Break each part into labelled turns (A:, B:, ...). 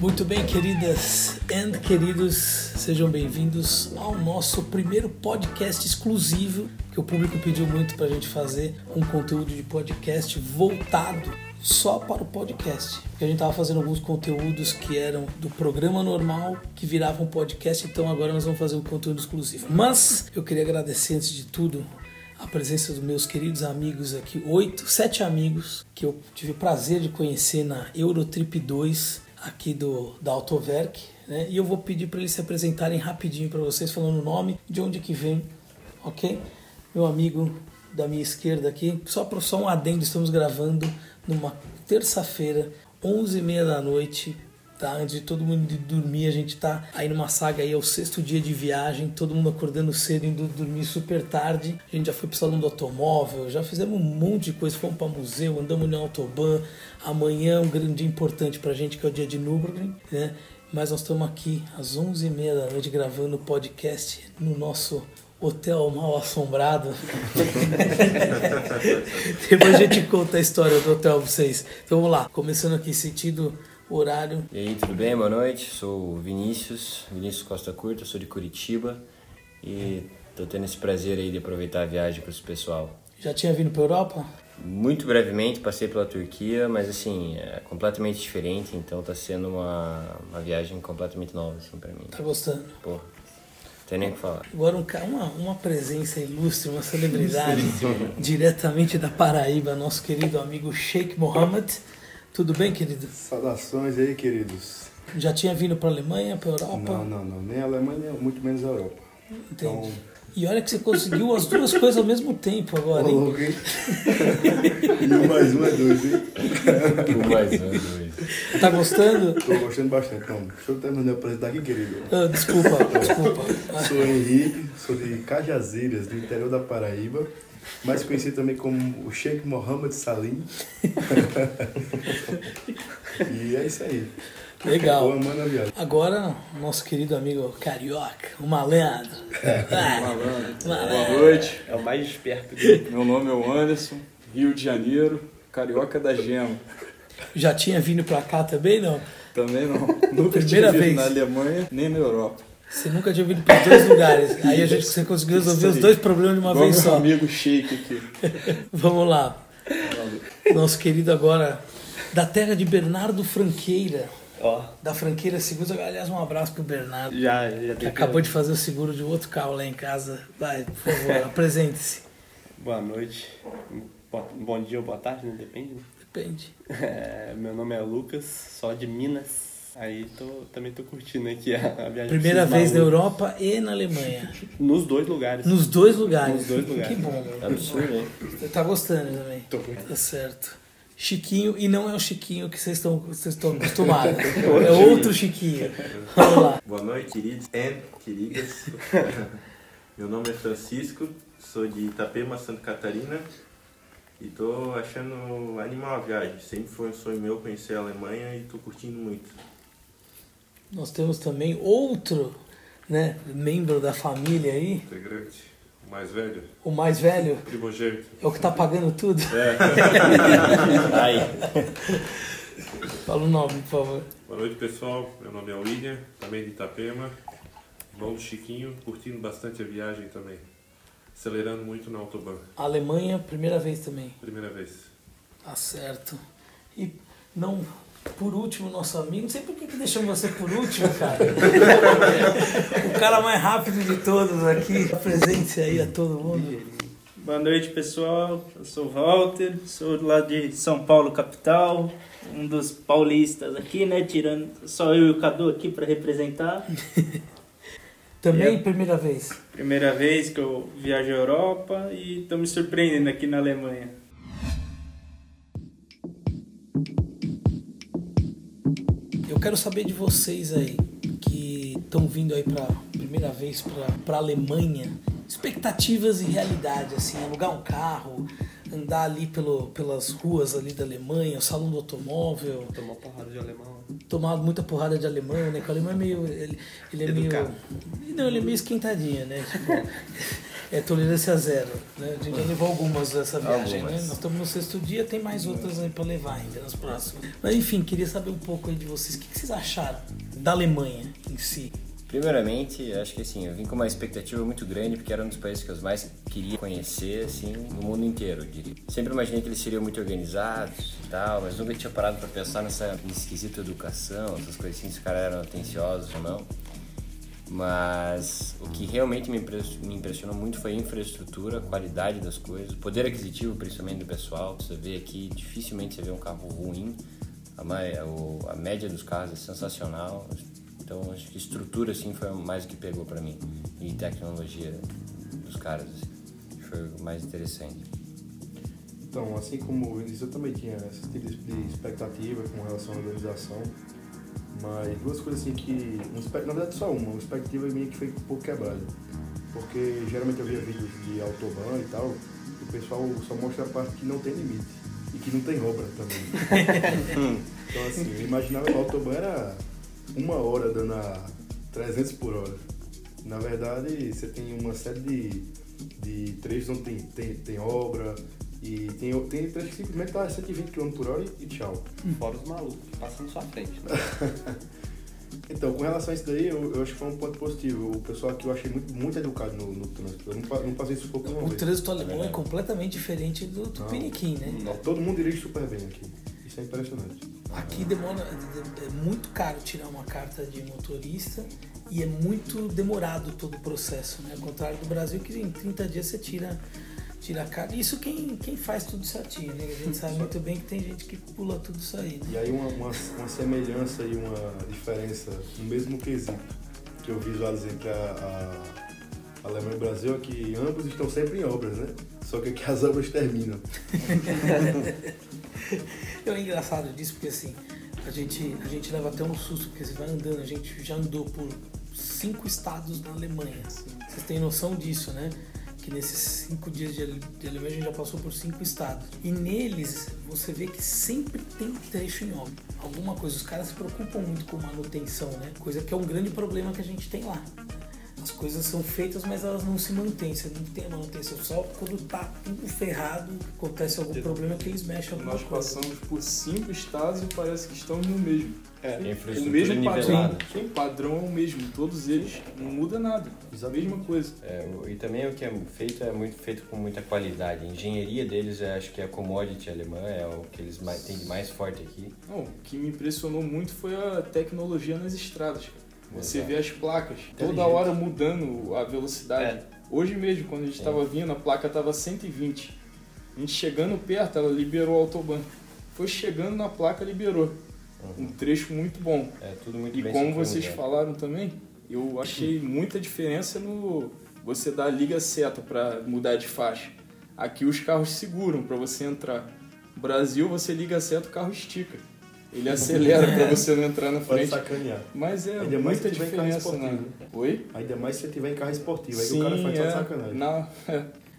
A: Muito bem, queridas e queridos, sejam bem-vindos ao nosso primeiro podcast exclusivo, que o público pediu muito para a gente fazer um conteúdo de podcast voltado só para o podcast. Porque a gente estava fazendo alguns conteúdos que eram do programa normal, que viravam podcast, então agora nós vamos fazer um conteúdo exclusivo. Mas eu queria agradecer antes de tudo a presença dos meus queridos amigos aqui, oito, sete amigos que eu tive o prazer de conhecer na Eurotrip 2 aqui do da Autoverk, né? E eu vou pedir para eles se apresentarem rapidinho para vocês, falando o nome, de onde que vem, ok? Meu amigo da minha esquerda aqui, só para só um adendo, estamos gravando numa terça-feira, 11h30 da noite, tá? Antes de todo mundo de dormir, a gente tá aí numa saga aí, é o sexto dia de viagem, todo mundo acordando cedo, indo dormir super tarde. A gente já foi pro salão do automóvel, já fizemos um monte de coisa, fomos pra museu, andamos na autobahn. Amanhã é um grande dia importante pra gente, que é o dia de Nürburgring, né? Mas nós estamos aqui às 11h30 da noite gravando o podcast no nosso hotel mal assombrado. Depois a gente conta a história do hotel pra vocês. Então vamos lá, começando aqui sentido horário.
B: E aí, tudo bem? Boa noite. Sou o Vinícius, Vinícius Costa Curta, sou de Curitiba e tô tendo esse prazer aí de aproveitar a viagem com esse pessoal.
A: Já tinha vindo para Europa?
B: Muito brevemente passei pela Turquia, mas assim, é completamente diferente, então tá sendo uma, uma viagem completamente nova assim para mim.
A: Tá gostando?
B: Pô, não tem nem o que falar.
A: Agora um ca- uma, uma presença ilustre, uma celebridade diretamente da Paraíba, nosso querido amigo Sheikh Mohammed. Tudo bem, querido?
C: Saudações aí, queridos.
A: Já tinha vindo para Alemanha, para Europa?
C: Não, não, não. Nem a Alemanha, nem muito menos a Europa. Então,
A: Entendi. E olha que você conseguiu as duas coisas ao mesmo tempo agora, hein?
C: Coloquei. um mais um é dois, hein?
B: Um mais um, dois.
A: Tá gostando?
C: Tô gostando bastante. Então, deixa eu terminar de apresentar aqui, querido.
A: Ah, desculpa, desculpa.
C: Sou Henrique, sou de Cajazeiras, do interior da Paraíba. Mais conhecido também como o Sheikh Mohammed Salim. e é isso aí.
A: Ah, Legal.
C: Tô amando a viagem.
A: Agora, nosso querido amigo carioca, o malandro. Ah,
D: Boa
A: malandro.
D: noite,
E: É o mais esperto.
D: meu nome é o Anderson, Rio de Janeiro, carioca da gema.
A: Ah, Já tinha vindo pra cá também, não?
D: Também não, nunca
A: Primeira
D: tive
A: vez.
D: na Alemanha nem na Europa.
A: Você nunca tinha vindo para dois lugares. Aí a gente você conseguiu resolver os dois problemas de uma
D: Igual
A: vez
D: meu
A: só.
D: amigo Shake aqui.
A: Vamos lá. Nosso querido agora, da terra de Bernardo Franqueira.
E: Ó,
A: Da Franqueira Seguros. Aliás, um abraço pro Bernardo.
E: já, já tem
A: Acabou de fazer o seguro de outro carro lá em casa. Vai, por favor, apresente-se.
E: Boa noite. Bo- Bom dia ou boa tarde, né? Depende, né?
A: Depende.
E: É, meu nome é Lucas, só de Minas. Aí tô, também tô curtindo aqui a, a viagem.
A: Primeira
E: com esses
A: vez na
E: malucos.
A: Europa e na Alemanha.
E: Nos dois lugares.
A: Nos dois lugares.
E: Nos dois lugares.
A: Que bom.
B: Absurdo, hein?
A: Você tá gostando também.
E: Tô curtindo.
A: Tá certo. Chiquinho, e não é o Chiquinho que vocês estão vocês estão acostumados. é outro Chiquinho. Vamos lá.
F: Boa noite, queridos e queridas. Meu nome é Francisco, sou de Itapema, Santa Catarina e tô achando animal a viagem. Sempre foi um sonho meu conhecer a Alemanha e tô curtindo muito.
A: Nós temos também outro né, membro da família aí,
F: Integrante, o mais velho,
A: o mais velho,
F: primogênito.
A: é o que tá pagando tudo.
B: Aí,
A: Fala o nome, por favor.
F: Boa noite, pessoal. Meu nome é William, também de Itapema. Irmão do Chiquinho, curtindo bastante a viagem também. Acelerando muito na Autobahn,
A: Alemanha, primeira vez também.
F: primeira vez.
A: Tá certo. E não. Por último, nosso amigo. Não sei por que, que deixamos você por último, cara. o cara mais rápido de todos aqui. Apresente aí a todo mundo.
G: Boa noite, pessoal. Eu sou o Walter, sou lá de São Paulo, capital. Um dos paulistas aqui, né? Tirando só eu e o Cadu aqui para representar.
A: Também
G: Eu.
A: primeira vez.
G: Primeira vez que eu viajo à Europa e estou me surpreendendo aqui na Alemanha.
A: Eu quero saber de vocês aí que estão vindo aí para primeira vez para Alemanha, expectativas e realidade assim, alugar um carro, andar ali pelo, pelas ruas ali da Alemanha, o salão do automóvel,
E: Tomou porrada de alemão.
A: tomar muita porrada de alemão, né? Que o alemão é meio. Ele, ele é meio.
E: Educado.
A: Não, ele é meio esquentadinho, né? Tipo, É tolerância zero. Né? A gente já levou algumas dessa viagem, né? Nós estamos no sexto dia, tem mais outras aí para levar ainda nas próximas. Mas enfim, queria saber um pouco aí de vocês. O que que vocês acharam da Alemanha em si?
B: Primeiramente, acho que assim, eu vim com uma expectativa muito grande, porque era um dos países que eu mais queria conhecer, assim, no mundo inteiro, eu diria. Sempre imaginei que eles seriam muito organizados e tal, mas nunca tinha parado pra pensar nessa esquisita educação, essas coisas assim, se os caras eram atenciosos ou não. Mas o que realmente me impres- me impressionou muito foi a infraestrutura, a qualidade das coisas, o poder aquisitivo, principalmente do pessoal. Você vê aqui, dificilmente você vê um carro ruim. A, mai- o- a média dos carros é sensacional. Então acho que estrutura assim foi mais o que pegou pra mim e tecnologia dos caras assim, foi o mais interessante.
C: Então, assim como o Vinícius, eu também tinha esse tipo de expectativa com relação à organização. Mas duas coisas assim que. uma espe- na verdade, só uma. Uma expectativa minha que foi um pouco quebrada. Porque geralmente eu via vídeos de autobahn e tal, e o pessoal só mostra a parte que não tem limite. E que não tem obra também. então, assim, eu imaginava que o autobahn era uma hora dando a 300 por hora. Na verdade, você tem uma série de, de trechos onde tem, tem, tem obra, e tem, tem trechos que simplesmente tá a 120 km por hora e, e tchau.
E: Fora os malucos que passam na sua frente. Né?
C: Então, com relação a isso daí, eu, eu acho que foi um ponto positivo. O pessoal aqui eu achei muito, muito educado no, no trânsito. Eu não, pa- não passei sufoco nenhuma
A: O
C: vez.
A: trânsito alemão é completamente diferente do Tupiniquim, né?
C: Não, todo mundo dirige super bem aqui. Isso é impressionante.
A: Aqui demora, é muito caro tirar uma carta de motorista e é muito demorado todo o processo, né? Ao contrário do Brasil, que em 30 dias você tira, tira a carta. Isso quem, quem faz tudo certinho, né? A gente sabe muito bem que tem gente que pula tudo isso aí, né?
C: E aí uma, uma, uma semelhança e uma diferença, no mesmo quesito que eu visualizo entre a, a Alemanha e o Brasil é que ambos estão sempre em obras, né? Só que aqui as obras terminam.
A: Eu é engraçado disso porque assim, a gente, a gente leva até um susto, porque você vai andando, a gente já andou por cinco estados na Alemanha. assim. Vocês têm noção disso, né? Que nesses cinco dias de, Ale- de Alemanha a gente já passou por cinco estados. E neles você vê que sempre tem trecho em obra. Alguma coisa, os caras se preocupam muito com manutenção, né? Coisa que é um grande problema que a gente tem lá. As coisas são feitas, mas elas não se mantêm. Você não tem a manutenção. Só quando tá tudo ferrado, acontece algum problema que eles mexem alguma
D: Nós
A: coisa.
D: passamos por cinco estados e parece que estamos no mesmo.
E: É,
D: o
B: infraestrutura
D: mesmo padrão.
B: nivelada.
D: O padrão é o mesmo. Todos eles não muda nada. A mesma coisa.
B: É, o- e também o que é feito é muito feito com muita qualidade. A engenharia deles é, acho que é a commodity alemã, é o que eles mais, têm de mais forte aqui.
D: Não, o que me impressionou muito foi a tecnologia nas estradas. cara. Você vê as placas toda hora mudando a velocidade. Hoje mesmo, quando a gente estava vindo, a placa estava 120. A gente chegando perto, ela liberou o autobahn. Foi chegando na placa, liberou. Um trecho muito bom.
B: É tudo muito
D: E
B: bem
D: como vocês
B: sincronizado.
D: falaram também, eu achei muita diferença no você dar a liga seta para mudar de faixa. Aqui os carros seguram para você entrar. No Brasil você liga a seta, o carro estica. Ele acelera para você não entrar na
C: Pode
D: frente.
C: um sacanear.
D: Mas é
C: Ainda mais
D: muita
C: se tiver em carro
D: diferença, né?
C: esportivo.
D: Oi? é.
C: Ainda mais se você tiver em carro esportivo. Aí que o cara faz
E: é.
C: só de sacanagem.
D: na-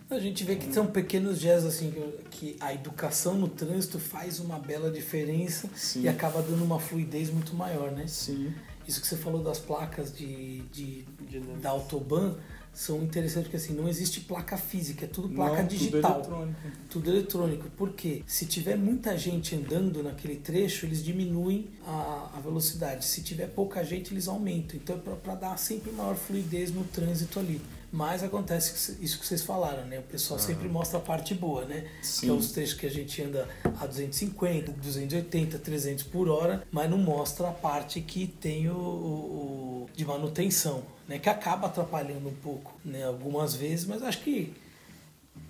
A: A gente vê que são pequenos gestos assim que que a educação no trânsito faz uma bela diferença
D: Sim.
A: e acaba dando uma fluidez muito maior, né?
D: Sim.
A: Isso que você falou das placas de, de-
E: Dinâmicas.
A: da autobahn são interessantes porque assim não existe placa física, é tudo placa
D: Não,
A: digital,
D: Tudo eletrônico.
A: tudo eletrônico. Por quê? Se tiver muita gente andando naquele trecho, eles diminuem a, a velocidade. Se tiver pouca gente, eles aumentam. Então é para dar sempre maior fluidez no trânsito ali. Mas acontece que c- isso que vocês falaram, né? O pessoal sempre mostra a parte boa, né?
D: Sim.
A: Então os trechos que a gente anda a 250, 280, 300 por hora, mas não mostra a parte que tem o, o- o- de manutenção, né? Que acaba atrapalhando um pouco, né? Algumas vezes, mas acho que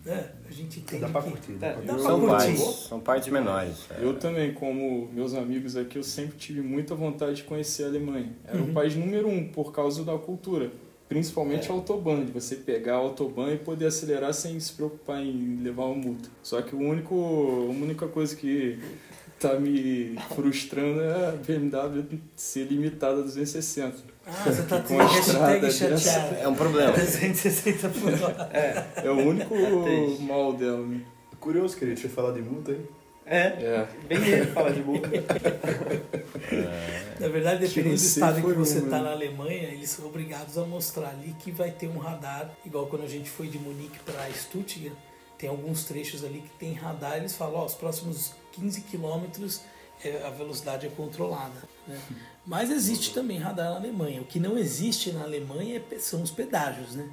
A: né? a gente entende
C: Dá pra
A: que-
C: curtir.
E: É,
C: Dá pra
A: Dá pra
B: São
A: curtir.
B: partes, são partes menores. é.
D: Eu também, como meus amigos aqui, eu sempre tive muita vontade de conhecer a Alemanha. Era
A: Uhum.
D: o país número um por causa da cultura,
A: É.
D: principalmente a autobahn, de você pegar a autobahn e poder acelerar sem se preocupar em levar uma multa. Só que o único, a única coisa que tá me frustrando é a BMW ser limitada a 260.
A: Ah, você tá
D: Com
A: com
D: a
A: hashtag
D: estrada
A: chateado.
B: É um problema.
A: 360 por hora.
D: É o único
E: triste.
D: mal dela. né?
C: Curioso, querido, você falar de multa, hein?
E: É,
D: É.
E: bem ele fala de burro.
A: Na verdade, dependendo do
D: Você
A: estado em que
D: foi
A: você
D: um,
A: está
D: né?
A: na Alemanha, eles são obrigados a mostrar ali que vai ter um radar, igual quando a gente foi de Munique para Stuttgart, tem alguns trechos ali que tem radar, eles falam, ó, os próximos 15 quilômetros é, a velocidade é controlada. né? Mas existe também radar na Alemanha. O que não existe na Alemanha é pe- são os pedágios, né?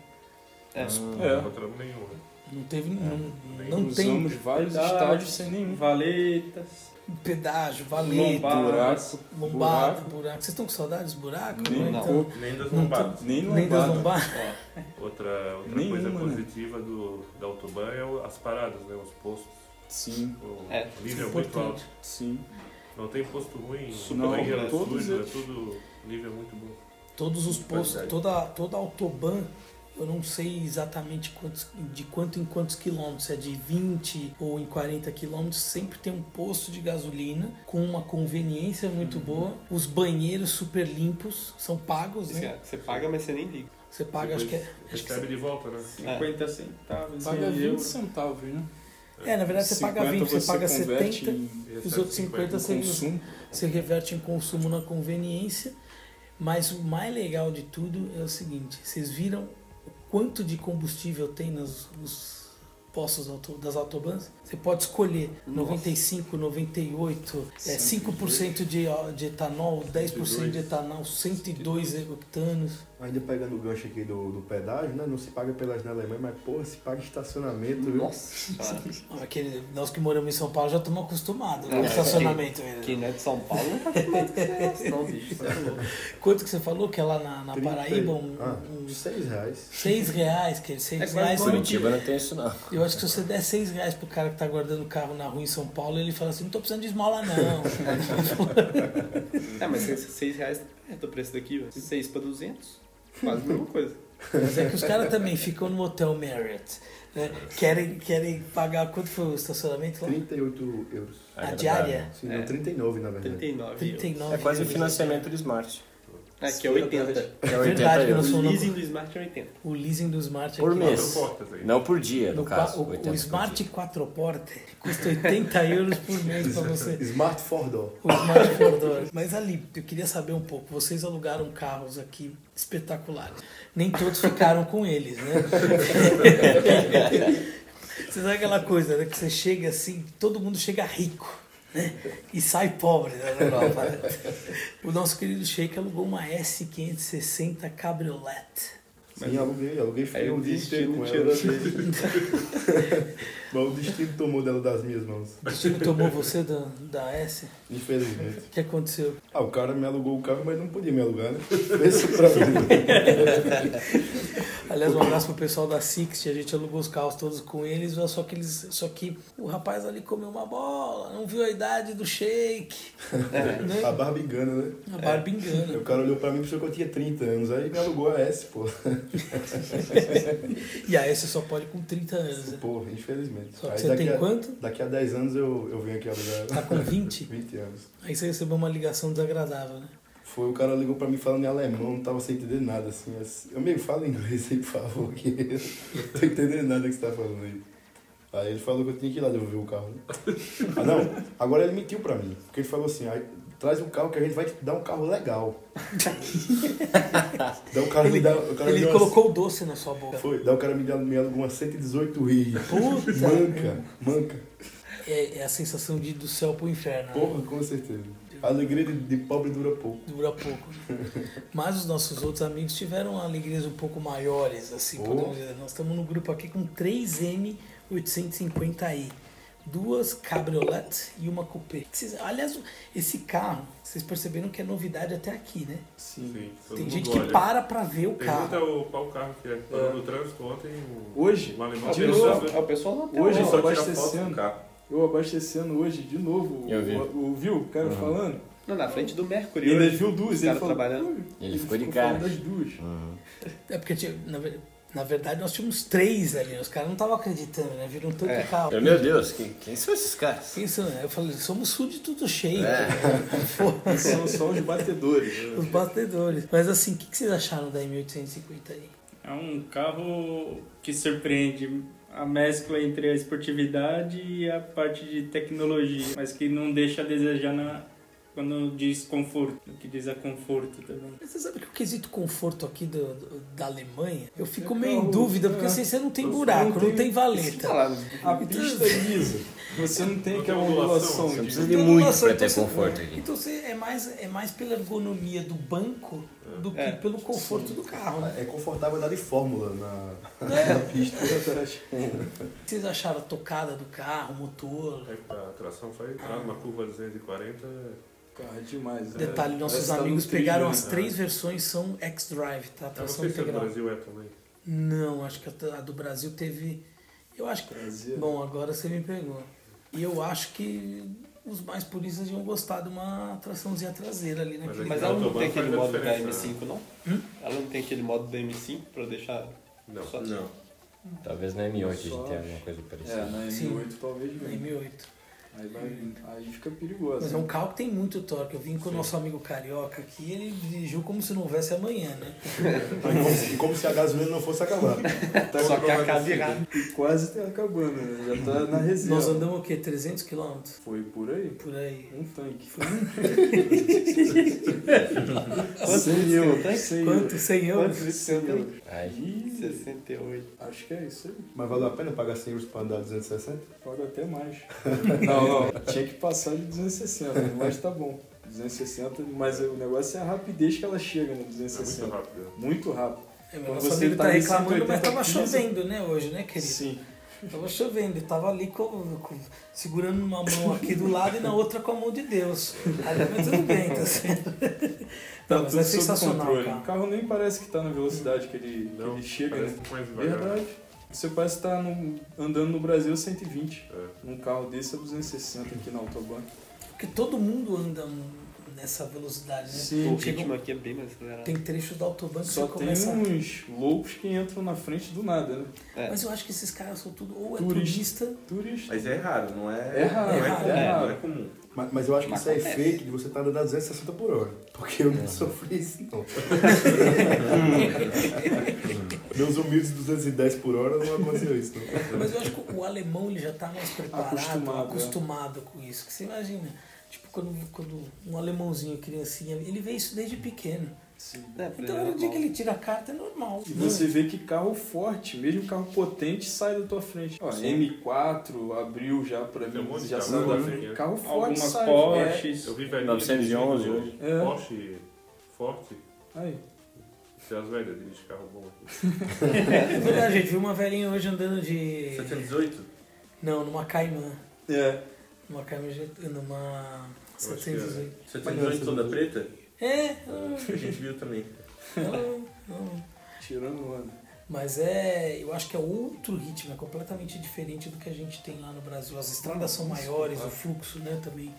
E: É.
D: É.
F: Ah, Não encontramos nenhum. né?
A: Não teve, não, não tem
D: Usamos vários
G: Verdade.
D: estádios sem nenhum.
G: Valetas.
A: Um pedágio, valeta,
G: Lombada.
D: Buraco,
A: lombada,
D: buraco.
A: um buraco. Vocês estão com saudades dos buracos?
D: Nem
A: né?
D: não.
A: Então,
F: Nem das
A: Não
F: lombadas.
D: Nem
A: nem das
D: lombada.
A: lombadas.
F: Outra, outra
D: Nenhuma,
F: coisa
D: né?
F: positiva do, da Autobahn é o- as paradas, né? Os postos.
D: Sim,
F: O
E: É,
F: nível é muito
A: Importante.
F: alto.
D: sim.
F: Não tem posto ruim,
D: Não, né?
F: banheiro é
D: todos
F: sujo, é
D: eles.
F: tudo nível é muito bom.
A: Todos os postos,
F: Qualidade.
A: toda, toda a autobahn, eu não sei exatamente quantos, de quanto em quantos quilômetros, se é de 20 ou em 40 quilômetros, sempre tem um posto de gasolina com uma conveniência muito boa, os banheiros super limpos, são pagos, né?
E: Você- Assim, Você paga, mas você nem liga.
A: Você paga, acho que é.
F: Depois
A: acho que
F: Recebe de volta, né?
G: 50 centavos.
D: Paga
G: 100
D: 20
G: euros.
D: centavos, né?
A: É, na verdade você paga
D: 50
A: 20, você paga
D: converte
A: 70,
D: em
F: E
A: os
F: recebe
A: outros 50 você usa.
D: consumo.
A: Você reverte em consumo na conveniência, mas o mais legal de tudo é o seguinte: vocês viram o quanto de combustível tem nos, nos postos auto- das autobans? Você pode escolher 95, 98, é, 5% de, ó, de etanol, 10% de etanol, 102 octanos.
C: Ainda pegando o gancho aqui do, do pedágio, né? Não se paga pedágio na Alemanha, mas porra, se paga estacionamento, viu?
E: Nossa senhora.
A: Ah, aquele- nós que moramos em São Paulo já estamos acostumados com o estacionamento. né?
E: Quem não é de São Paulo não tá acostumado com esse negócio, não, bicho. Você é louco.
A: Quanto que você falou que é lá na, na
C: 30
A: Paraíba? Um,
C: Ah,
A: um-
C: seis reais.
A: seis reais, que é seis
G: quase
A: reais.
G: como
B: Curitiba não tem isso, não.
A: Eu acho que se você der 6 reais pro cara que tá guardando o carro na rua em São Paulo, ele fala assim, não tô precisando de esmola não.
E: É, mas 6 reais tá perto o preço daqui, velho. 6 pra 200? Quase a mesma coisa.
A: Mas é que os caras também ficam no Hotel Marriott, né? Querem, querem pagar, quanto foi o estacionamento lá?
C: 38 euros.
A: A diária?
C: Sim,
E: É.
C: não, 39 na verdade.
E: 39 euros.
A: 39
B: É quase o
A: euros.
B: financiamento do Smart.
E: Aqui é 80.
B: É
A: Verdade,
B: 80
A: eu
E: O
B: euros.
A: sou louco.
E: leasing do Smart é 80.
A: O leasing do Smart
B: Por
A: aqui.
B: mês.
F: portas aí. né?
B: Não por dia, no,
A: No qua-
B: caso.
A: o,
B: 80
A: o
B: por
A: Smart
B: dia.
A: 4 Porte custa 80 euros por mês pra você.
C: Smart Fordor.
A: O Smart Fordor. Mas ali, eu queria saber um pouco. Vocês alugaram carros aqui espetaculares. Nem todos ficaram com eles, né? Você sabe aquela coisa, né? Que você chega assim, todo mundo chega rico, né? E sai pobre da Europa. né? O nosso querido Sheik alugou uma S560 Cabriolet.
C: Sim, aluguei, aluguei
E: Aí
C: fui
E: o
C: um dia inteiro
E: destino
C: com
E: tirou
C: ela.
E: dele.
C: Mas o destino tomou dela das minhas mãos.
A: O destino tomou você da, da S?
C: Infelizmente.
A: O que aconteceu?
C: Ah, o cara me alugou o carro, mas não podia me alugar, né? Fez isso pra mim.
A: Aliás, um abraço pro pessoal da Sixty, a gente alugou os carros todos com eles, só que eles. Só que o rapaz ali comeu uma bola, não viu a idade do shake.
E: É.
C: A barba engana, né?
A: A barba engana.
C: O cara olhou pra mim e pensou que eu tinha 30 anos. Aí me alugou a S, pô.
A: E aí você só pode com 30 anos. né?
C: Porra, infelizmente.
A: Só que
C: Aí
A: você
C: daqui
A: tem
C: a,
A: quanto?
C: Daqui a 10 anos eu, eu venho aqui alugar.
A: Tá com 20?
C: 20 anos.
A: Aí você recebeu uma ligação desagradável, né?
C: Foi, o cara ligou pra mim falando em alemão, não tava sem entender nada, assim. assim, Eu meio falo inglês aí, por favor, que eu não tô entendendo nada que você tá falando aí. Aí ele falou que eu tinha que ir lá devolver o carro. né? Ah, não, agora ele mentiu pra mim, porque ele falou assim, "Aí, traz um carro que a gente vai te dar um carro legal. dá um carro, me dá, o cara me
A: Ele
C: deu
A: colocou o doce na sua
C: Uma,
A: boca.
C: foi, daí o cara me deu me alugou uma 118 ri.
A: Puta!
C: Manca, manca.
A: É, é a sensação de ir do céu pro inferno. né?
C: Porra, com certeza. A alegria de, de pobre dura pouco.
A: Dura pouco. Mas os nossos outros amigos tiveram alegrias um pouco maiores, assim,
C: Oh.
A: podemos dizer. Nós estamos no grupo aqui com 3M850i. Duas cabriolet e uma coupé. Vocês- Aliás, esse carro, vocês perceberam que é novidade até aqui, né?
F: Sim, todo
A: Tem
F: mundo
A: gente
F: olha.
A: que para pra ver o
F: Pergunta
A: carro.
F: o, qual carro que é. Parou no trânsito ontem. O,
D: Hoje,
F: o alemão
D: de
F: tirou
D: novo,
F: foto.
E: É o pessoal lá
D: Hoje
F: Ele
D: eu
F: só
D: tava
F: tira foto
D: abastecendo.
F: do carro.
D: eu abastecendo hoje de novo.
B: Eu vi. Uhum.
D: O- Ouviu o cara falando?
E: Não, na frente do Mercury.
D: Ele
E: hoje.
D: viu duas,
E: Os
D: ele
E: caras
D: falou.
E: trabalhando.
D: "Ui".
B: Ele ficou de
D: falando
B: cara. Uhum.
D: das duas.
A: É porque, tinha- na, ver- na verdade, nós tínhamos três ali. né? Os caras não estavam acreditando, né? Viram tanto
E: É.
A: carro.
B: Eu, Meu Deus, quem, quem são esses caras?
A: Isso, né? Eu falei, somos súditos do Sheik.
D: São só os batedores. né?
A: Os batedores. Mas assim, o que, que vocês acharam da M850 aí?
G: É um carro que surpreende a mescla entre a esportividade e a parte de tecnologia, mas que não deixa a desejar na, quando diz conforto, no que diz a conforto também.
A: Mas Você sabe que o quesito conforto aqui do- do- da Alemanha, eu fico meio
D: Então,
A: em dúvida,
D: é.
A: porque assim, você não tem buraco, não tem, valeta. Então, É.
D: A pista é lisa. Você não tem aquela ondulação.
B: Você não
D: de-
B: precisa de
A: Então,
B: muito
A: nossa,
B: pra
A: então
B: ter
A: você-
B: conforto aqui.
A: Então você é mais, é mais pela ergonomia do banco do que
E: É,
A: pelo conforto do carro. né?
C: É confortável andar de fórmula na,
A: É.
C: na pista.
A: O que Vocês acharam a tocada do carro, o motor?
F: É que a tração faz entrada na curva 240.
D: Cara, é demais. né?
A: Detalhe, nossos
D: Parece que tá
A: amigos
D: no trilho,
A: pegaram
D: né?
A: as três versões, são X-Drive, tá?
F: Eu não
A: Tração
F: sei se é do
A: integral.
F: Brasil é também.
A: Não, acho que a t- a do Brasil teve. Eu acho que.
D: Brasil.
A: Bom, agora você me pegou. E eu acho que os mais puristas iam gostar de uma traçãozinha traseira ali né? naquele.
F: é
E: Mas
D: tá
F: que
E: ela não
F: autobahn
E: tem
F: faz
E: aquele
F: a
E: modo da
F: diferença,
E: M5, não?
A: Hum?
E: Ela não tem aquele modo da M5 pra deixar
F: Não. É
E: só...
F: Não.
B: Talvez na M8 a
D: Só-
B: gente tenha alguma coisa parecida.
D: É, na
A: Sim.
D: M8 talvez
A: Na
D: venha.
A: M8.
D: Aí, vai- aí fica
A: Mas é
D: perigoso.
A: um carro que tem muito torque. Eu vim com o nosso amigo carioca aqui, ele dirigiu como se não houvesse amanhã, né?
C: E como se a gasolina não fosse acabar.
E: Só
A: é
E: que a casa
D: E
E: é
D: Tá quase tá acabando, né? Já tá na reserva.
A: Nós andamos o quê? 300 km
D: Foi por aí.
A: por aí.
D: Um tanque.
A: Foi um
D: Sem eu, sem
A: Quanto? 100 euros?
D: Quanto? Sem eu.
B: Ai,
D: Ih,
E: 68.
D: Acho que é isso aí.
C: Mas valeu a pena pagar 100 euros pra andar 260?
D: Paga até mais. Não, não. Tinha que passar de 260, mas tá bom. 260, mas o negócio é a rapidez que ela chega no
F: É muito
D: 260.
F: rápido.
D: Muito rápido.
A: É, mas
D: Quando
A: nosso
D: você
A: amigo
D: tá
A: tá
D: em
A: reclamando, mas
D: 180
A: tava
D: piso.
A: chovendo, né, hoje, né, querido?
D: Sim.
A: Tava chovendo, eu tava ali com- com- segurando uma mão aqui do lado e na outra com a mão de Deus. Aí, mas tudo bem, tá certo? Não, mas
D: tudo
A: é
D: sob
A: sensacional,
D: controle.
A: cara.
D: O carro nem parece que tá na velocidade que ele, que
F: Não,
D: ele chega,
F: parece
D: né?
F: que mais devagar.
D: Verdade. Você parece estar andando no Brasil 120.
F: É.
D: Num carro desse é 260 aqui na Autobahn.
A: Porque todo mundo anda um, nessa velocidade, né?
D: Sim,
E: O ritmo aqui é bem mais acelerado.
A: Tem trechos da autobahn que
D: Só
A: você
D: tem um,
A: começa...
D: uns loucos que entram na frente do nada, né?
E: É.
A: Mas eu acho que esses caras são tudo ou é
D: Turista.
A: turista...
D: Turista.
F: Mas é raro, não é?
D: É raro,
F: não
A: é
F: é comum.
D: raro.
F: Não é comum.
C: Mas, mas eu acho que isso é
E: Acontece.
C: efeito de você estar andando a 260 por hora. Porque eu não sofri isso, não. Meus humildes 210 por hora não aconteceu isso, não.
A: Mas eu acho que o alemão ele já está mais preparado, acostumado,
D: Acostumado, é.
A: com isso. Que você imagina, tipo, quando, quando um alemãozinho, criancinha, ele vê isso desde pequeno.
E: É, pra
A: Então,
E: ele
A: no
E: é
A: dia que
E: normal.
A: ele tira a carta, é normal.
D: E você vê que carro forte, mesmo carro potente, sai da tua frente. Ó, M4 abriu já pra
F: Tem um
D: mim,
F: monte de
D: já
F: carro
D: saiu da
F: forte,
D: frente.
F: né?
D: Carro forte
G: Algumas
D: sai.
G: Porsches.
F: Eu vi velhinho.
B: 911 hoje.
F: dirigindo Porsche forte.
D: É. Aí.
F: Se é as velhas dirigem carro bom aqui.
A: É verdade, gente. Vi uma velhinha hoje andando
F: É,
A: de.
F: 718?
A: Não, numa Cayman.
D: É.
A: Numa Cayman, G- numa.
F: Eu acho que é.
A: 718.
F: 718 toda preta?
A: É,
F: A gente viu também.
A: não, não.
D: Tirando onda.
A: Mas é. Eu acho que é outro ritmo, é completamente diferente do que a gente tem lá no Brasil. As estradas são maiores, o fluxo, né, também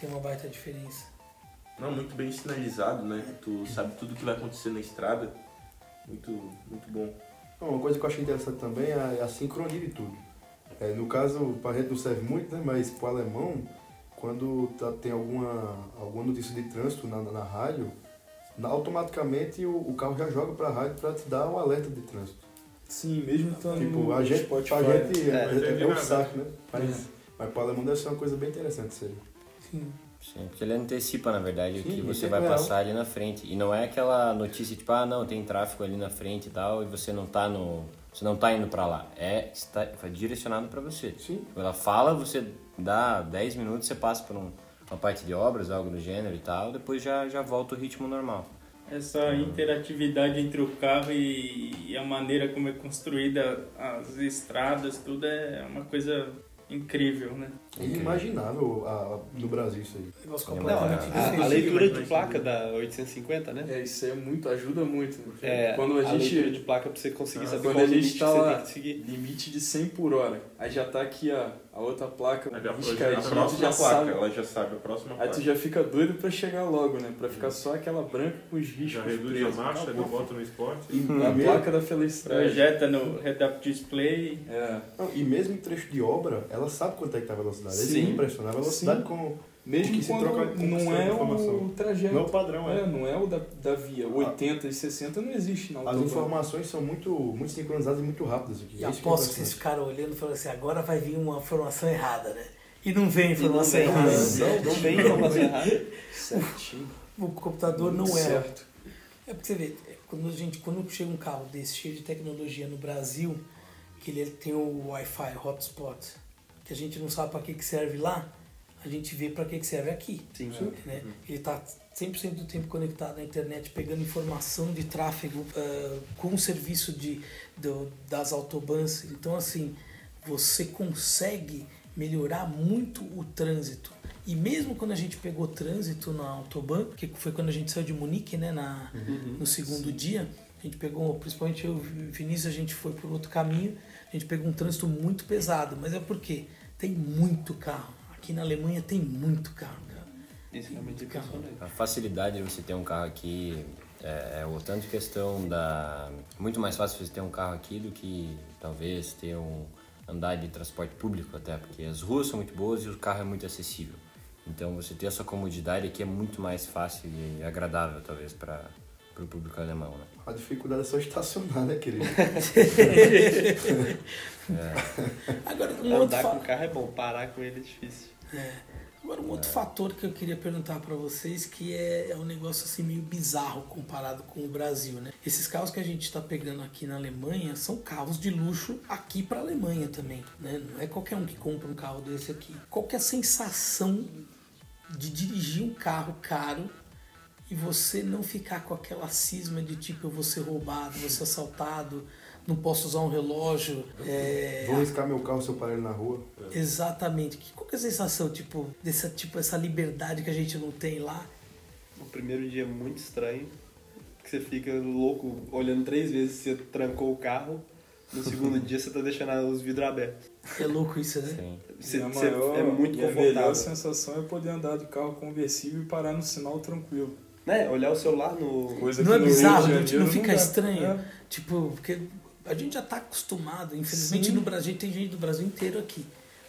A: tem uma baita diferença.
F: Não, muito bem sinalizado, né? Tu sabe tudo que vai acontecer na estrada. Muito, muito bom.
C: Não, Uma coisa que eu achei interessante também é a sincronia de tudo. É, no caso, para gente não serve muito, né? Mas para o alemão, quando tá- tem alguma, alguma notícia de trânsito na, na rádio, na- automaticamente o, o carro já joga para a rádio para te dar um alerta de trânsito.
D: Sim, mesmo estando
C: tipo,
D: no
C: a gente,
D: Spotify. né?
C: pra gente
E: É,
C: é,
F: não
C: é,
F: entendi
C: um
F: nada.
C: saco, né? Mas, mas para o alemão deve ser uma coisa bem interessante isso aí.
A: Sim.
B: Sim, porque ele antecipa, na verdade, o
C: Sim,
B: que
C: em
B: você
C: tempo
B: vai
C: real.
B: passar ali na frente. E não é aquela notícia tipo, ah, não, tem tráfego ali na frente e tal, e você não tá no. Você não tá indo pra lá. É está, foi direcionado pra você. Tipo,
C: Sim.
B: Ela fala, você dá 10 minutos, você passa por um- uma parte de obras, algo do gênero e tal, depois já, já volta o ritmo normal.
G: Essa interatividade entre o carro e, e a maneira como é construída as estradas, tudo é uma coisa incrível, né?
C: É inimaginável a- a- no Brasil isso aí.
A: Negócio
B: Não,
A: completamente
B: a-
A: diferente.
E: A, a leitura de placa da 850, né?
D: É, isso aí é muito, ajuda muito. né?
E: É,
D: quando a,
E: leitura de
D: gente.
E: placa pra você conseguir
F: Ah,
E: saber
D: quando
E: qual
D: a
E: é
D: gente
E: limite
D: tá
E: que você
D: lá.
E: tem que seguir.
D: Limite de 100 por hora. Aí já tá aqui a, a outra placa.
F: Aí já
D: riscadinha,
F: projeta a
D: tu
F: próxima placa,
D: sabe.
F: ela já sabe a próxima
D: Aí
F: placa.
D: tu já fica doido pra chegar logo, né? Pra ficar só aquela branca com os riscos.
F: Já reduz a
D: presos.
F: marcha,
D: Acabou.
F: não bota no esporte.
C: E,
D: Na
C: e-
D: placa da
G: É.
D: felicidade.
G: Projeta no Redap Display,
D: É.
C: Não, e mesmo em trecho de obra, ela sabe quanto é que tá a velocidade. Isso
D: Sim.
C: me impressiona. A velocidade
D: Sim.
C: com,
D: Mesmo
C: Porque se
D: quando
C: troca com
D: não
C: certa
D: é o
C: informação.
D: trajeto.
C: Não é o padrão,
D: é,
C: é.
D: não é o da, da via. 80 e 60 não Então, existe na
C: As
D: autobahn.
C: informações são muito, muito sincronizadas e muito rápidas. Aqui. É
A: E aposto que vocês ficaram olhando e falaram assim, agora vai vir uma informação errada, né? E não vem informação
E: vem,
A: errada.
E: Não, não tem como fazer errado.
D: Certinho.
A: O computador não é. erra.
D: Certo.
A: É porque você vê, é, quando, a gente, quando chega um carro desse cheio de tecnologia no Brasil, que ele tem o Wi-Fi, o hotspot, que a gente não sabe para que, que serve lá, a gente vê para que, que serve aqui.
E: Sim.
A: né? Ele está 100% do tempo conectado na internet, pegando informação de tráfego ah, com o serviço de, do- das autobans. Então, assim, você consegue melhorar muito o trânsito. E mesmo quando a gente pegou trânsito na autobahn, que foi quando a gente saiu de Munique, né, na, no segundo dia, a gente pegou, principalmente eu e o Vinícius, a gente foi por outro caminho, a gente pegou um trânsito muito pesado. Mas é porque tem muito carro. Aqui na Alemanha tem muito carro, cara.
E: Isso realmente é impressionante.
B: A facilidade de você ter um carro aqui é, é o tanto questão da. Muito mais fácil você ter um carro aqui do que talvez ter um. andar de transporte público até, porque as ruas são muito boas e o carro é muito acessível. Então você ter essa comodidade aqui é muito mais fácil e agradável, talvez, para o público alemão, né?
C: A dificuldade é só estacionar, né, querido?
A: Agora, um outro
E: Andar
A: fa-
E: com o carro é bom, parar com ele é difícil.
A: Agora, um outro fator que eu queria perguntar pra vocês, que é, é um negócio assim meio bizarro comparado com o Brasil, né? Esses carros que a gente tá pegando aqui na Alemanha são carros de luxo aqui pra Alemanha também, né? Não é qualquer um que compra um carro desse aqui. Qual que é a sensação de dirigir um carro caro e você não ficar com aquela cisma de tipo, eu vou ser roubado, vou ser assaltado, não posso usar um relógio, é,
C: Vou riscar meu carro se eu parar ele na rua.
A: Exatamente. Que, qual que é a sensação, tipo, dessa tipo, essa liberdade que a gente não tem lá?
E: O primeiro dia é muito estranho, que você fica louco olhando três vezes se você trancou o carro. No segundo dia você tá deixando os vidros abertos.
A: É louco isso, né?
B: Sim.
E: Você,
D: E a
E: você
D: maior-
E: é muito
D: e A melhor
E: confortável.
D: sensação é poder andar de carro conversível e parar no sinal tranquilo.
E: Né? Olhar o celular no.
D: Coisa
A: Não é
D: que no Rio de
A: bizarro?
D: Janeiro
A: Não, não fica
D: dá.
A: estranho?
D: É.
A: Tipo, porque a gente já tá acostumado, infelizmente
D: Sim. Ah.
A: no Brasil tem gente do Brasil inteiro aqui.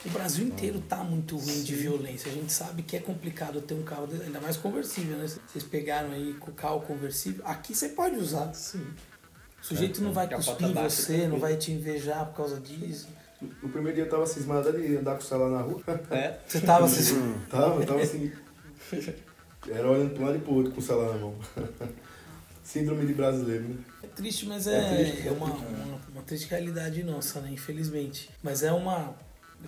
A: O Brasil inteiro tá muito ruim de violência. A gente sabe que é complicado ter um carro, desse, ainda mais conversível, né? Vocês pegaram aí com o carro conversível. Aqui você pode usar.
D: Sim. É,
A: O sujeito não vai
E: Capota
A: cuspir em
E: baixa,
A: você, não vai te invejar por causa disso.
C: No primeiro dia eu tava cismado até de andar com o celular na rua.
E: Né?
A: Você tava se
C: Tava, tava assim. Era olhando pra um lado e pro outro com o celular na mão. Síndrome de brasileiro, né?
A: É triste, mas é, é, uma, uma, uma triste realidade nossa, né? Infelizmente. Mas é uma.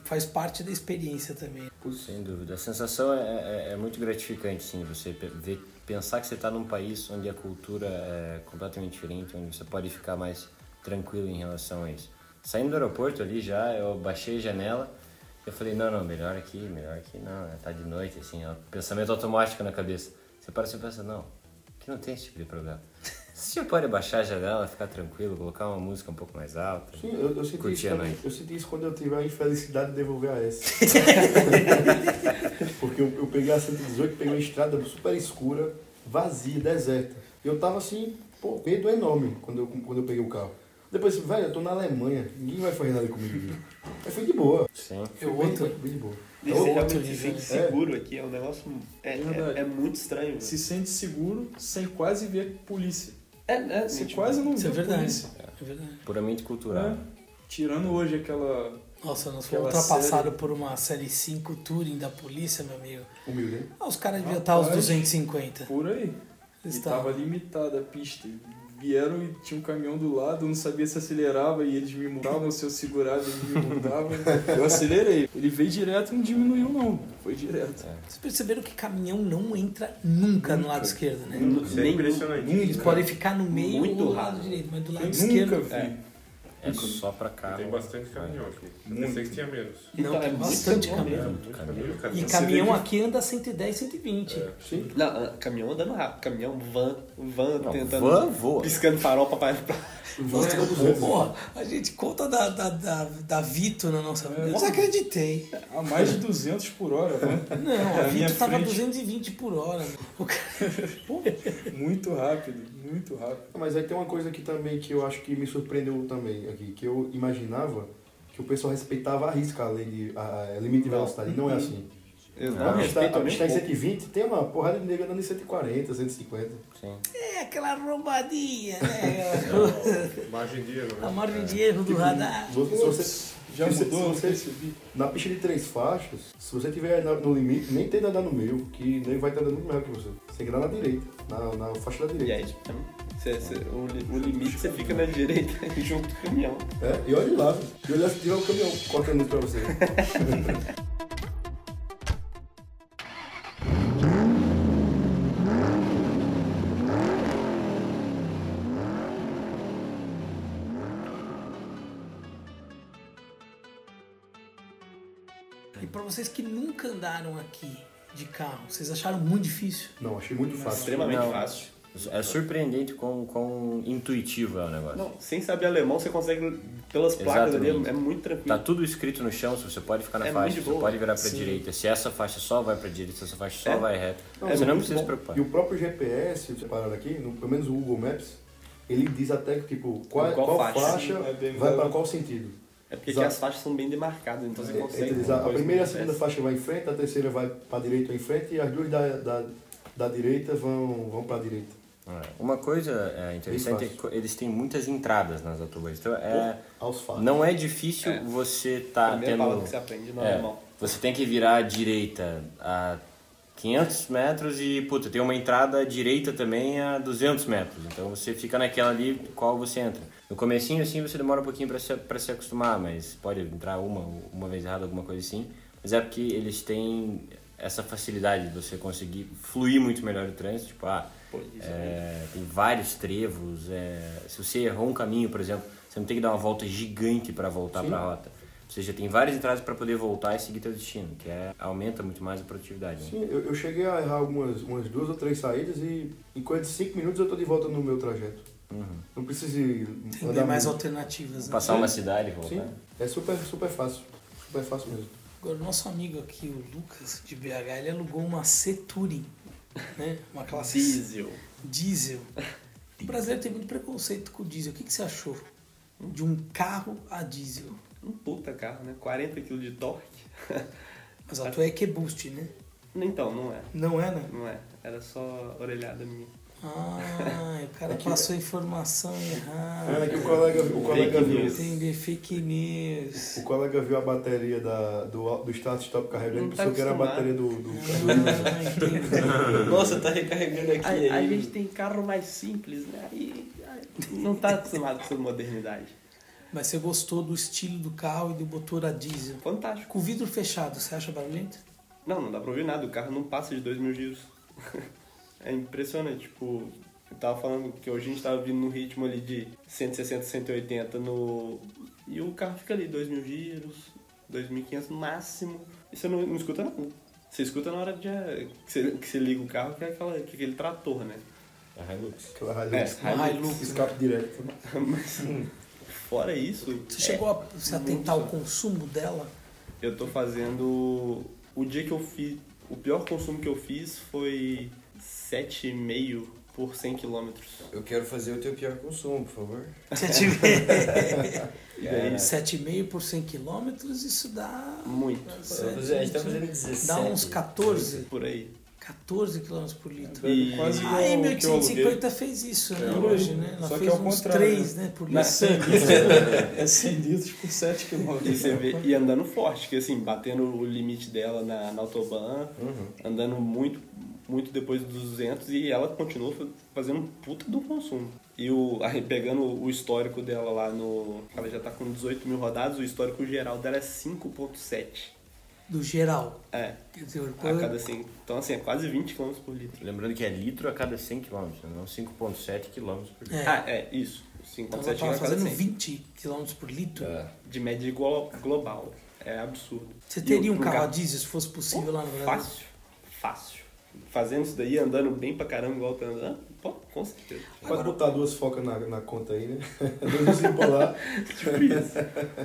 A: faz parte da experiência também.
B: Sem dúvida. A sensação é, é- é muito gratificante, sim. Você pe- ver, pensar que você está num país onde a cultura é completamente diferente, onde você pode ficar mais tranquilo em relação a isso. Saindo do aeroporto ali já, eu baixei a janela. Eu falei, não, não, melhor aqui, melhor aqui. Não, tá de noite, assim, ó, pensamento automático na cabeça. Você para e pensa, não, aqui não tem esse tipo de problema. Você pode baixar a janela, ficar tranquilo, colocar uma música um pouco mais alta.
C: Sim, eu, eu senti
B: Curtir
C: isso
B: a
C: também.
B: noite.
C: Eu senti isso quando eu tive a infelicidade de devolver a S. Porque eu, eu peguei a 118, peguei uma estrada super escura, vazia, deserta. E eu tava assim, pô, medo enorme quando eu, quando eu peguei o carro. Depois, assim, velho, eu tô na Alemanha, ninguém vai fazer nada comigo. Aí foi de boa.
B: Sim.
C: Foi bem- bem de boa.
E: E
A: É
E: você
A: outro
E: realmente se
A: nível,
E: sente
C: né?
E: seguro aqui, é um negócio. É,
D: Verdade.
E: é, é muito estranho.
D: Se sente seguro sem quase ver polícia.
E: velho. É, né?
D: Você
E: Tipo,
D: quase não
A: Isso
D: vê
A: é verdade.
D: polícia.
A: É verdade.
B: Puramente cultural.
D: É. Tirando hoje aquela.
A: Nossa, nós
D: Aquela
A: fomos ultrapassados por uma série 5 Touring da polícia, meu amigo.
C: Humilde, né?
A: Ah, os caras deviam estar aos
D: Rapaz.
A: 250.
D: por aí.
A: Eles
D: E
A: estavam.
D: tava limitada a pista. E Vieram e tinha um caminhão do lado, eu não sabia se acelerava e eles me mudavam, se eu segurava, eles me mudavam. Eu acelerei. Ele veio direto e não diminuiu, não. Foi direto.
A: Vocês perceberam que caminhão não entra nunca no lado esquerdo, né?
F: Isso é impressionante.
A: Eles podem ficar no meio
E: Muito
A: ou do
E: raro.
A: lado direito, mas do lado
D: Eu
A: esquerdo.
D: nunca vi.
B: É só pra carro.
F: Tem bastante caminhão aqui. Eu pensei que tinha menos.
A: Não,
E: Então, é
A: tem
E: muito
A: bastante
E: bom
A: caminhão.
E: mesmo.
F: Muito caminhão, É, cara.
A: E
D: Você
A: caminhão
D: vê que-
A: aqui anda 110, 120.
F: É.
C: Sim.
E: Não, ah, caminhão andando rápido. Caminhão, van, van
B: Não,
E: tentando.
B: van voa.
E: Piscando farol pra, pra, pra
A: Nossa, é, porra, a gente conta da, da, da, da Vito na nossa vida. Eu desacreditei.
D: A mais de 200 por hora, né?
A: Não, a
D: Na minha
A: Vito tava
D: frente.
A: 220 por hora. meu. O cara-
D: Muito rápido, muito rápido.
C: Mas aí tem uma coisa aqui também que eu acho que me surpreendeu também aqui, que eu imaginava que o pessoal respeitava a risca, a lei de a- a limite de velocidade. e Não é assim.
E: Exato.
C: A gente tá-
B: respeito
C: a gente tá em
B: bem
C: 120, tem uma porrada de nego andando em 140, 150.
B: Sim.
A: É aquela roubadinha, né?
H: Margem de erro,
A: A
H: né?
A: margem
D: É.
A: de erro do radar.
C: Se você-
D: Já
C: se você-
D: mudou, não
C: se você-
D: percebi.
C: na pista de três faixas, se você tiver na- no limite, nem tenta andar no meio, que nem vai estar andando melhor que você. Você tem que andar na direita, na, na faixa da
E: E
C: direita.
E: aí, tipo, cê- cê- o, li- o limite você fica na direita junto com o caminhão.
C: É, e olha lá, e olha se tiver um caminhão cortando pra você.
A: E pra vocês que nunca andaram aqui de carro, vocês acharam muito difícil?
C: Não, achei muito fácil.
E: Extremamente
B: Não.
E: fácil.
B: É surpreendente quão, quão intuitivo é o negócio.
E: Não, sem saber alemão, você consegue, pelas placas ali,
B: Exatamente.
E: é muito
B: Tá
E: tranquilo.
B: tudo escrito no chão, se você pode ficar na
E: É
B: faixa,
E: muito
B: você
E: boa.
B: pode virar pra
A: Sim.
B: direita. Se essa faixa só vai pra direita, se essa faixa só
E: É.
B: vai reto.
E: É
B: você não
E: muito
B: precisa se
E: bom.
B: preocupar.
C: E o próprio GPS, parando aqui, no- pelo menos o Google Maps, ele diz até que, tipo, qual,
E: Qual
C: qual
E: faixa?
C: faixa,
D: É bem
C: vai pra
D: verdade.
C: qual sentido.
E: É porque aqui
C: Exato.
E: as faixas são bem demarcadas, então você
C: É,
E: consegue.
C: ele diz, a, a
D: depois
C: primeira e a
E: do
C: segunda
E: GPS.
C: faixa vai em frente, a terceira vai pra direita ou em frente, e as duas da, da, da direita vão, vão pra direita.
B: É. Uma coisa é, interessante é que eles têm muitas entradas nas autoboas. Então é,
C: Aos fatos.
B: não é difícil você tá
E: Primeira
B: tendo.
E: palavra que você aprende no
B: É,
E: alemão.
B: você tem que virar à direita a 500 metros e, puta, tem uma entrada à direita também a 200 metros. Então você fica naquela ali qual você entra. No comecinho, assim, você demora um pouquinho para se, pra se acostumar, mas pode entrar uma, uma vez errado, alguma coisa assim. Mas é porque eles têm essa facilidade de você conseguir fluir muito melhor o trânsito. Tipo, ah, é, tem vários trevos. é, se você errou um caminho, por exemplo, você não tem que dar uma volta gigante para voltar para a rota. Ou seja, tem várias entradas para poder voltar e seguir teu destino, que é, aumenta muito mais a produtividade. Né?
C: Sim, eu, eu cheguei a errar algumas umas duas ou três saídas e em coisa de cinco minutos eu tô de volta no meu trajeto. Não precisa ir
A: Tem
D: um
A: mais
C: muito.
A: alternativas, né?
B: Passar uma cidade e voltar.
C: Sim, é super, super fácil. Super fácil mesmo.
A: Agora, o nosso amigo aqui, o Lucas, de BH, ele alugou uma C-Touring, né? Uma classe
E: Diesel.
A: diesel. O brasileiro tem muito preconceito com o diesel. O que, que você achou de um carro a diesel?
E: Um puta carro, né? 40 kg de torque.
A: Mas ó, tu é EQ-Boost, né?
E: então, não é.
A: Não é, né?
E: Não é. Era só orelhada minha.
A: Ah, o cara passou a informação
C: É, que
A: errada.
C: o colega, o colega
E: Fake
C: viu.
E: news.
A: Entender fake news.
C: O colega viu a bateria da, do, do start stop carregando
E: Não
C: e
E: tá
C: pensou que era a
E: acostumado.
C: bateria do, do
A: Ah, entendi.
E: Nossa, tá recarregando
C: É
E: aqui.
G: Aí-
E: a gente tem carro mais simples, né? Aí, aí não tá acostumado com essa modernidade.
A: Mas você gostou do estilo do carro e do motor a diesel.
E: Fantástico.
A: Com o vidro fechado, você acha barulhento?
E: Não, não dá pra ouvir nada, o carro não passa de 2 mil giros. é impressionante, tipo, eu tava falando que hoje a gente tava vindo num ritmo ali de 160, 180 no. E o carro fica ali, 2 mil giros, 2.500 no máximo. E você não, não escuta nada. Você escuta na hora de, é, que, você, que você liga o carro, que é aquela, que é aquele trator, né?
B: É Hilux.
C: aquela rádio.
E: É,
A: Hilux. Hilux, né?
C: escape direto.
E: Mas, fora isso,
A: Você chegou a se atentar ao consumo dela?
E: Eu tô fazendo. O dia que eu fiz. O pior consumo que eu fiz foi 7,5 por 100 km.
H: Eu quero fazer o teu pior consumo, por favor.
E: É.
A: 7,5 por 100 quilômetros, isso dá...
E: Muito.
H: Vamos fazer- A gente tá fazendo 17.
A: Dá uns 14,
E: Por aí.
A: 14 km por litro.
E: É, E-
D: Quase igual
A: A
D: ao que eu aluguei.
A: M850 fez isso né, hoje, né? Ela
D: Só que
A: fez
D: é o
A: uns
D: contrário,
A: 3 né? por
D: Não, é
A: litro.
D: 100 litros, né? é 100 litros por 7
E: E, você
D: km.
E: vê, e andando forte, que assim, batendo o limite dela na, na Autobahn,
D: Uhum.
E: andando muito, muito depois dos 200 e ela continua fa- fazendo um puta do consumo. E o, aí, pegando o histórico dela lá no. Ela já tá com 18 mil rodadas, o histórico geral dela é 5,7.
A: Do geral.
E: É,
A: Quer dizer,
E: A cada 100. Então, assim, é quase 20 km por litro.
B: Lembrando que é litro a cada 100 km, não 5,7 km por litro.
A: É.
E: Ah, é, isso. 5,7
A: então
E: km
A: ela
E: a
A: tava
E: cada
A: fazendo
E: 100.
A: 20 km por litro.
E: De média igual, global. É absurdo.
A: Você
E: E
A: teria
E: o-
A: um
E: no
A: carro a diesel se fosse possível lá no Brasil?
E: Fácil. Fácil. Fazendo isso daí, andando bem pra caramba igual tá andando, pô, com certeza.
C: Pode botar duas focas na, na conta aí, né? Dois embolar.
E: Tipo isso.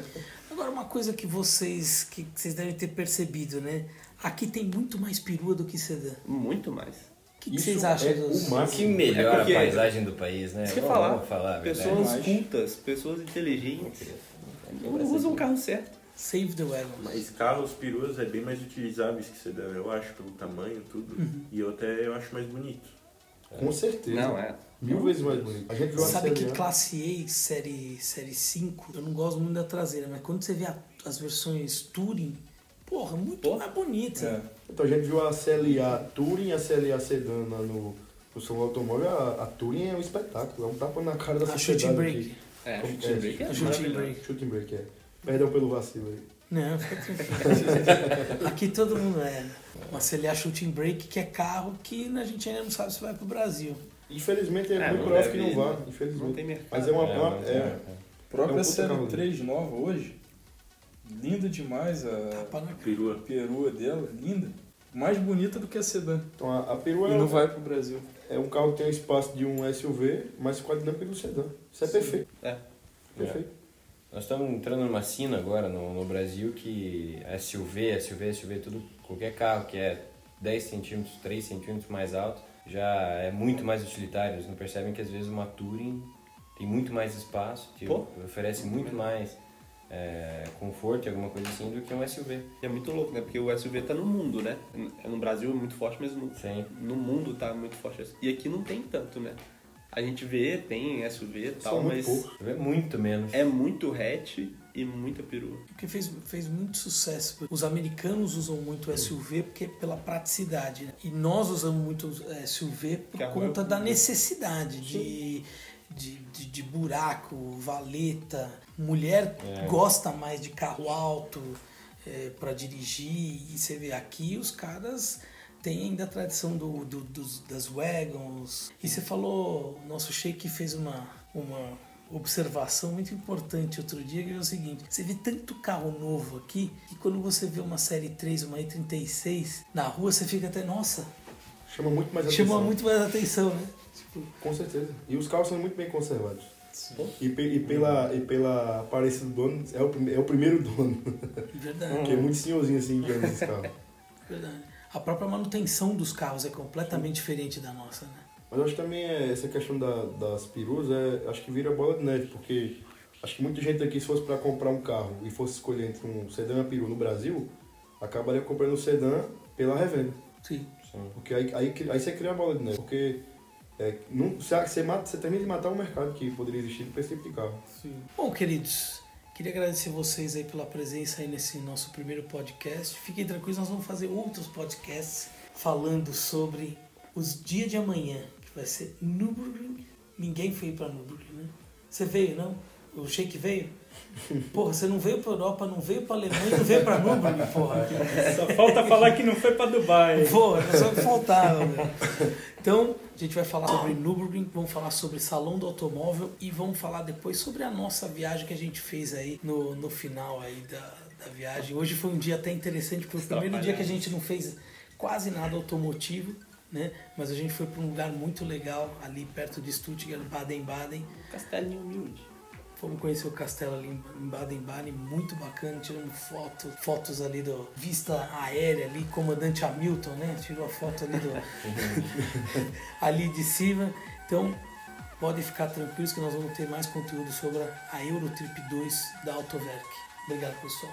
A: Agora, uma coisa que vocês, que que vocês devem ter percebido, né? Aqui tem muito mais perua do que sedã.
E: Muito mais.
A: O que, que vocês acham?
C: é
A: dos-
C: o máximo.
B: Que melhor
E: É porque-
B: a paisagem do país, né?
E: Isso que eu ia
B: Vamos-
E: falar.
B: vamos falar a verdade.
E: Pessoas cultas, pessoas inteligentes. Não usam o carro certo.
A: Save the Wagons.
F: Mas carros perus é bem mais utilizáveis que sedã, eu acho, pelo tamanho, tudo. E eu até eu acho mais bonito.
C: Com certeza.
E: Não, é.
C: Mil vezes mais bonito. A gente viu a
A: Sabe
C: série
A: que
C: A,
A: classe A, série, série 5, eu não gosto muito da traseira, mas quando você vê a- as versões Touring, porra, muito mais bonita. Ah,
C: Então a gente viu a CLA Touring e a CLA Sedan lá no, no São Automóvel. A, a Touring é um espetáculo, é um tapa na cara da
A: A
C: sociedade.
A: Ah, shooting break.
C: aqui.
E: É,
C: Como-
E: Shooting Break é
A: Shooting
E: maravilhoso.
A: Break.
C: Shooting break, é. Perdão pelo vacilo aí.
A: Não, fica tranquilo. Aqui todo mundo é. Uma CLA Shooting Break, que é carro que a gente ainda não sabe se vai pro Brasil.
C: Infelizmente é,
E: É,
C: muito
E: não
C: provável que
E: deve
C: não vá,
E: ir, né?
C: infelizmente.
E: Não tem mercado.
C: Mas é uma.
B: É,
C: uma-
B: não tem
C: é,
B: mercado.
C: É
D: própria
C: um puta
D: série
C: carro.
D: 3 nova hoje, linda demais
E: É.
A: Tapa
D: a
A: na cara.
F: Perua.
D: perua dela, linda. Mais bonita do que a sedã.
C: Então a, a
D: E
C: Peru é,
D: não vai pro Brasil.
C: é um carro que tem o espaço de um SUV, mas com a dinâmica do sedã. Isso é perfeito.
E: É.
C: Perfeito.
B: Nós estamos entrando numa sina agora no, no Brasil que é SUV, SUV, SUV, tudo, qualquer carro que é 10 centímetros, 3 centímetros mais alto já é muito mais utilitário. Eles não percebem que às vezes uma Touring tem muito mais espaço, te
E: Pô.
B: oferece muito mais é, conforto e alguma coisa assim do que um SUV.
E: E é muito louco, né? Porque o SUV tá no mundo, né? No Brasil é muito forte, mas no,
B: Sim.
E: no mundo tá muito forte. E aqui não tem tanto, né? A gente vê, tem SUV e
C: São
E: tal,
C: muito
E: mas
C: poucos.
B: SUV é muito menos.
E: é muito hatch e muita perua.
A: Porque fez, fez muito sucesso. Os americanos usam muito SUV porque é pela praticidade. né? E nós usamos muito eh, SUV por
E: Que a rua
A: conta
E: é
A: da necessidade de, de, de, de buraco, valeta. Mulher gosta mais de carro alto para dirigir. E você vê aqui os caras. têm ainda a tradição do, do- dos, das wagons. E você falou, nosso Sheik fez uma, uma, observação muito importante outro dia, que é o seguinte: você vê tanto carro novo aqui que quando você vê uma série 3, uma E36 na rua, você fica até, nossa,
C: Chama muito mais atenção.
A: chama muito mais atenção, né? Tipo,
C: Com certeza. E os carros são muito bem conservados. E, pe- e pela, e pela aparência do dono, é o, prime- é o primeiro dono.
A: verdade,
C: Porque é muito senhorzinho assim que anda esse carro.
A: verdade. A própria manutenção dos carros é completamente diferente da nossa, né?
C: Mas eu acho que também é, essa questão da- das perus, é, acho que vira bola de neve, porque acho que muita gente aqui, se fosse para comprar um carro e fosse escolher entre um sedã e uma peru no Brasil, acabaria comprando um sedã pela revenda.
A: Sim.
C: Porque aí, aí, cri- aí você cria uma bola de neve. Porque é, não, você, você, mata, você termina de matar o mercado que poderia existir para esse tipo de carro.
A: Bom, queridos, queria agradecer vocês aí pela presença aí nesse nosso primeiro podcast. Fiquem tranquilos, nós vamos fazer outros podcasts falando sobre os dias de amanhã, que vai ser Nürburgring. Ninguém foi para Nürburgring, né? Você veio, não? O Sheik veio? Porra, você não veio para Europa, não veio para Alemanha, não veio para Nürburgring, porra.
G: Só falta falar que não foi pra Dubai.
A: Pô, era só o que faltava, velho. Então, a gente vai falar sobre Nürburgring, vamos falar sobre Salão do Automóvel e vamos falar depois sobre a nossa viagem que a gente fez aí no, no final aí da, da viagem. Hoje foi um dia até interessante, porque foi o primeiro dia que a gente não fez quase nada automotivo, né? Mas a gente foi para um lugar muito legal ali perto de Stuttgart, Baden-Baden.
E: Castelinho humilde.
A: Fomos conhecer o castelo ali em Baden-Baden, muito bacana, tiramos foto, fotos ali do vista aérea ali, comandante Hamilton, né? Tirou a foto ali do ali de cima. Então, podem ficar tranquilos que nós vamos ter mais conteúdo sobre a Eurotrip 2 da Autoverk. Obrigado, pessoal.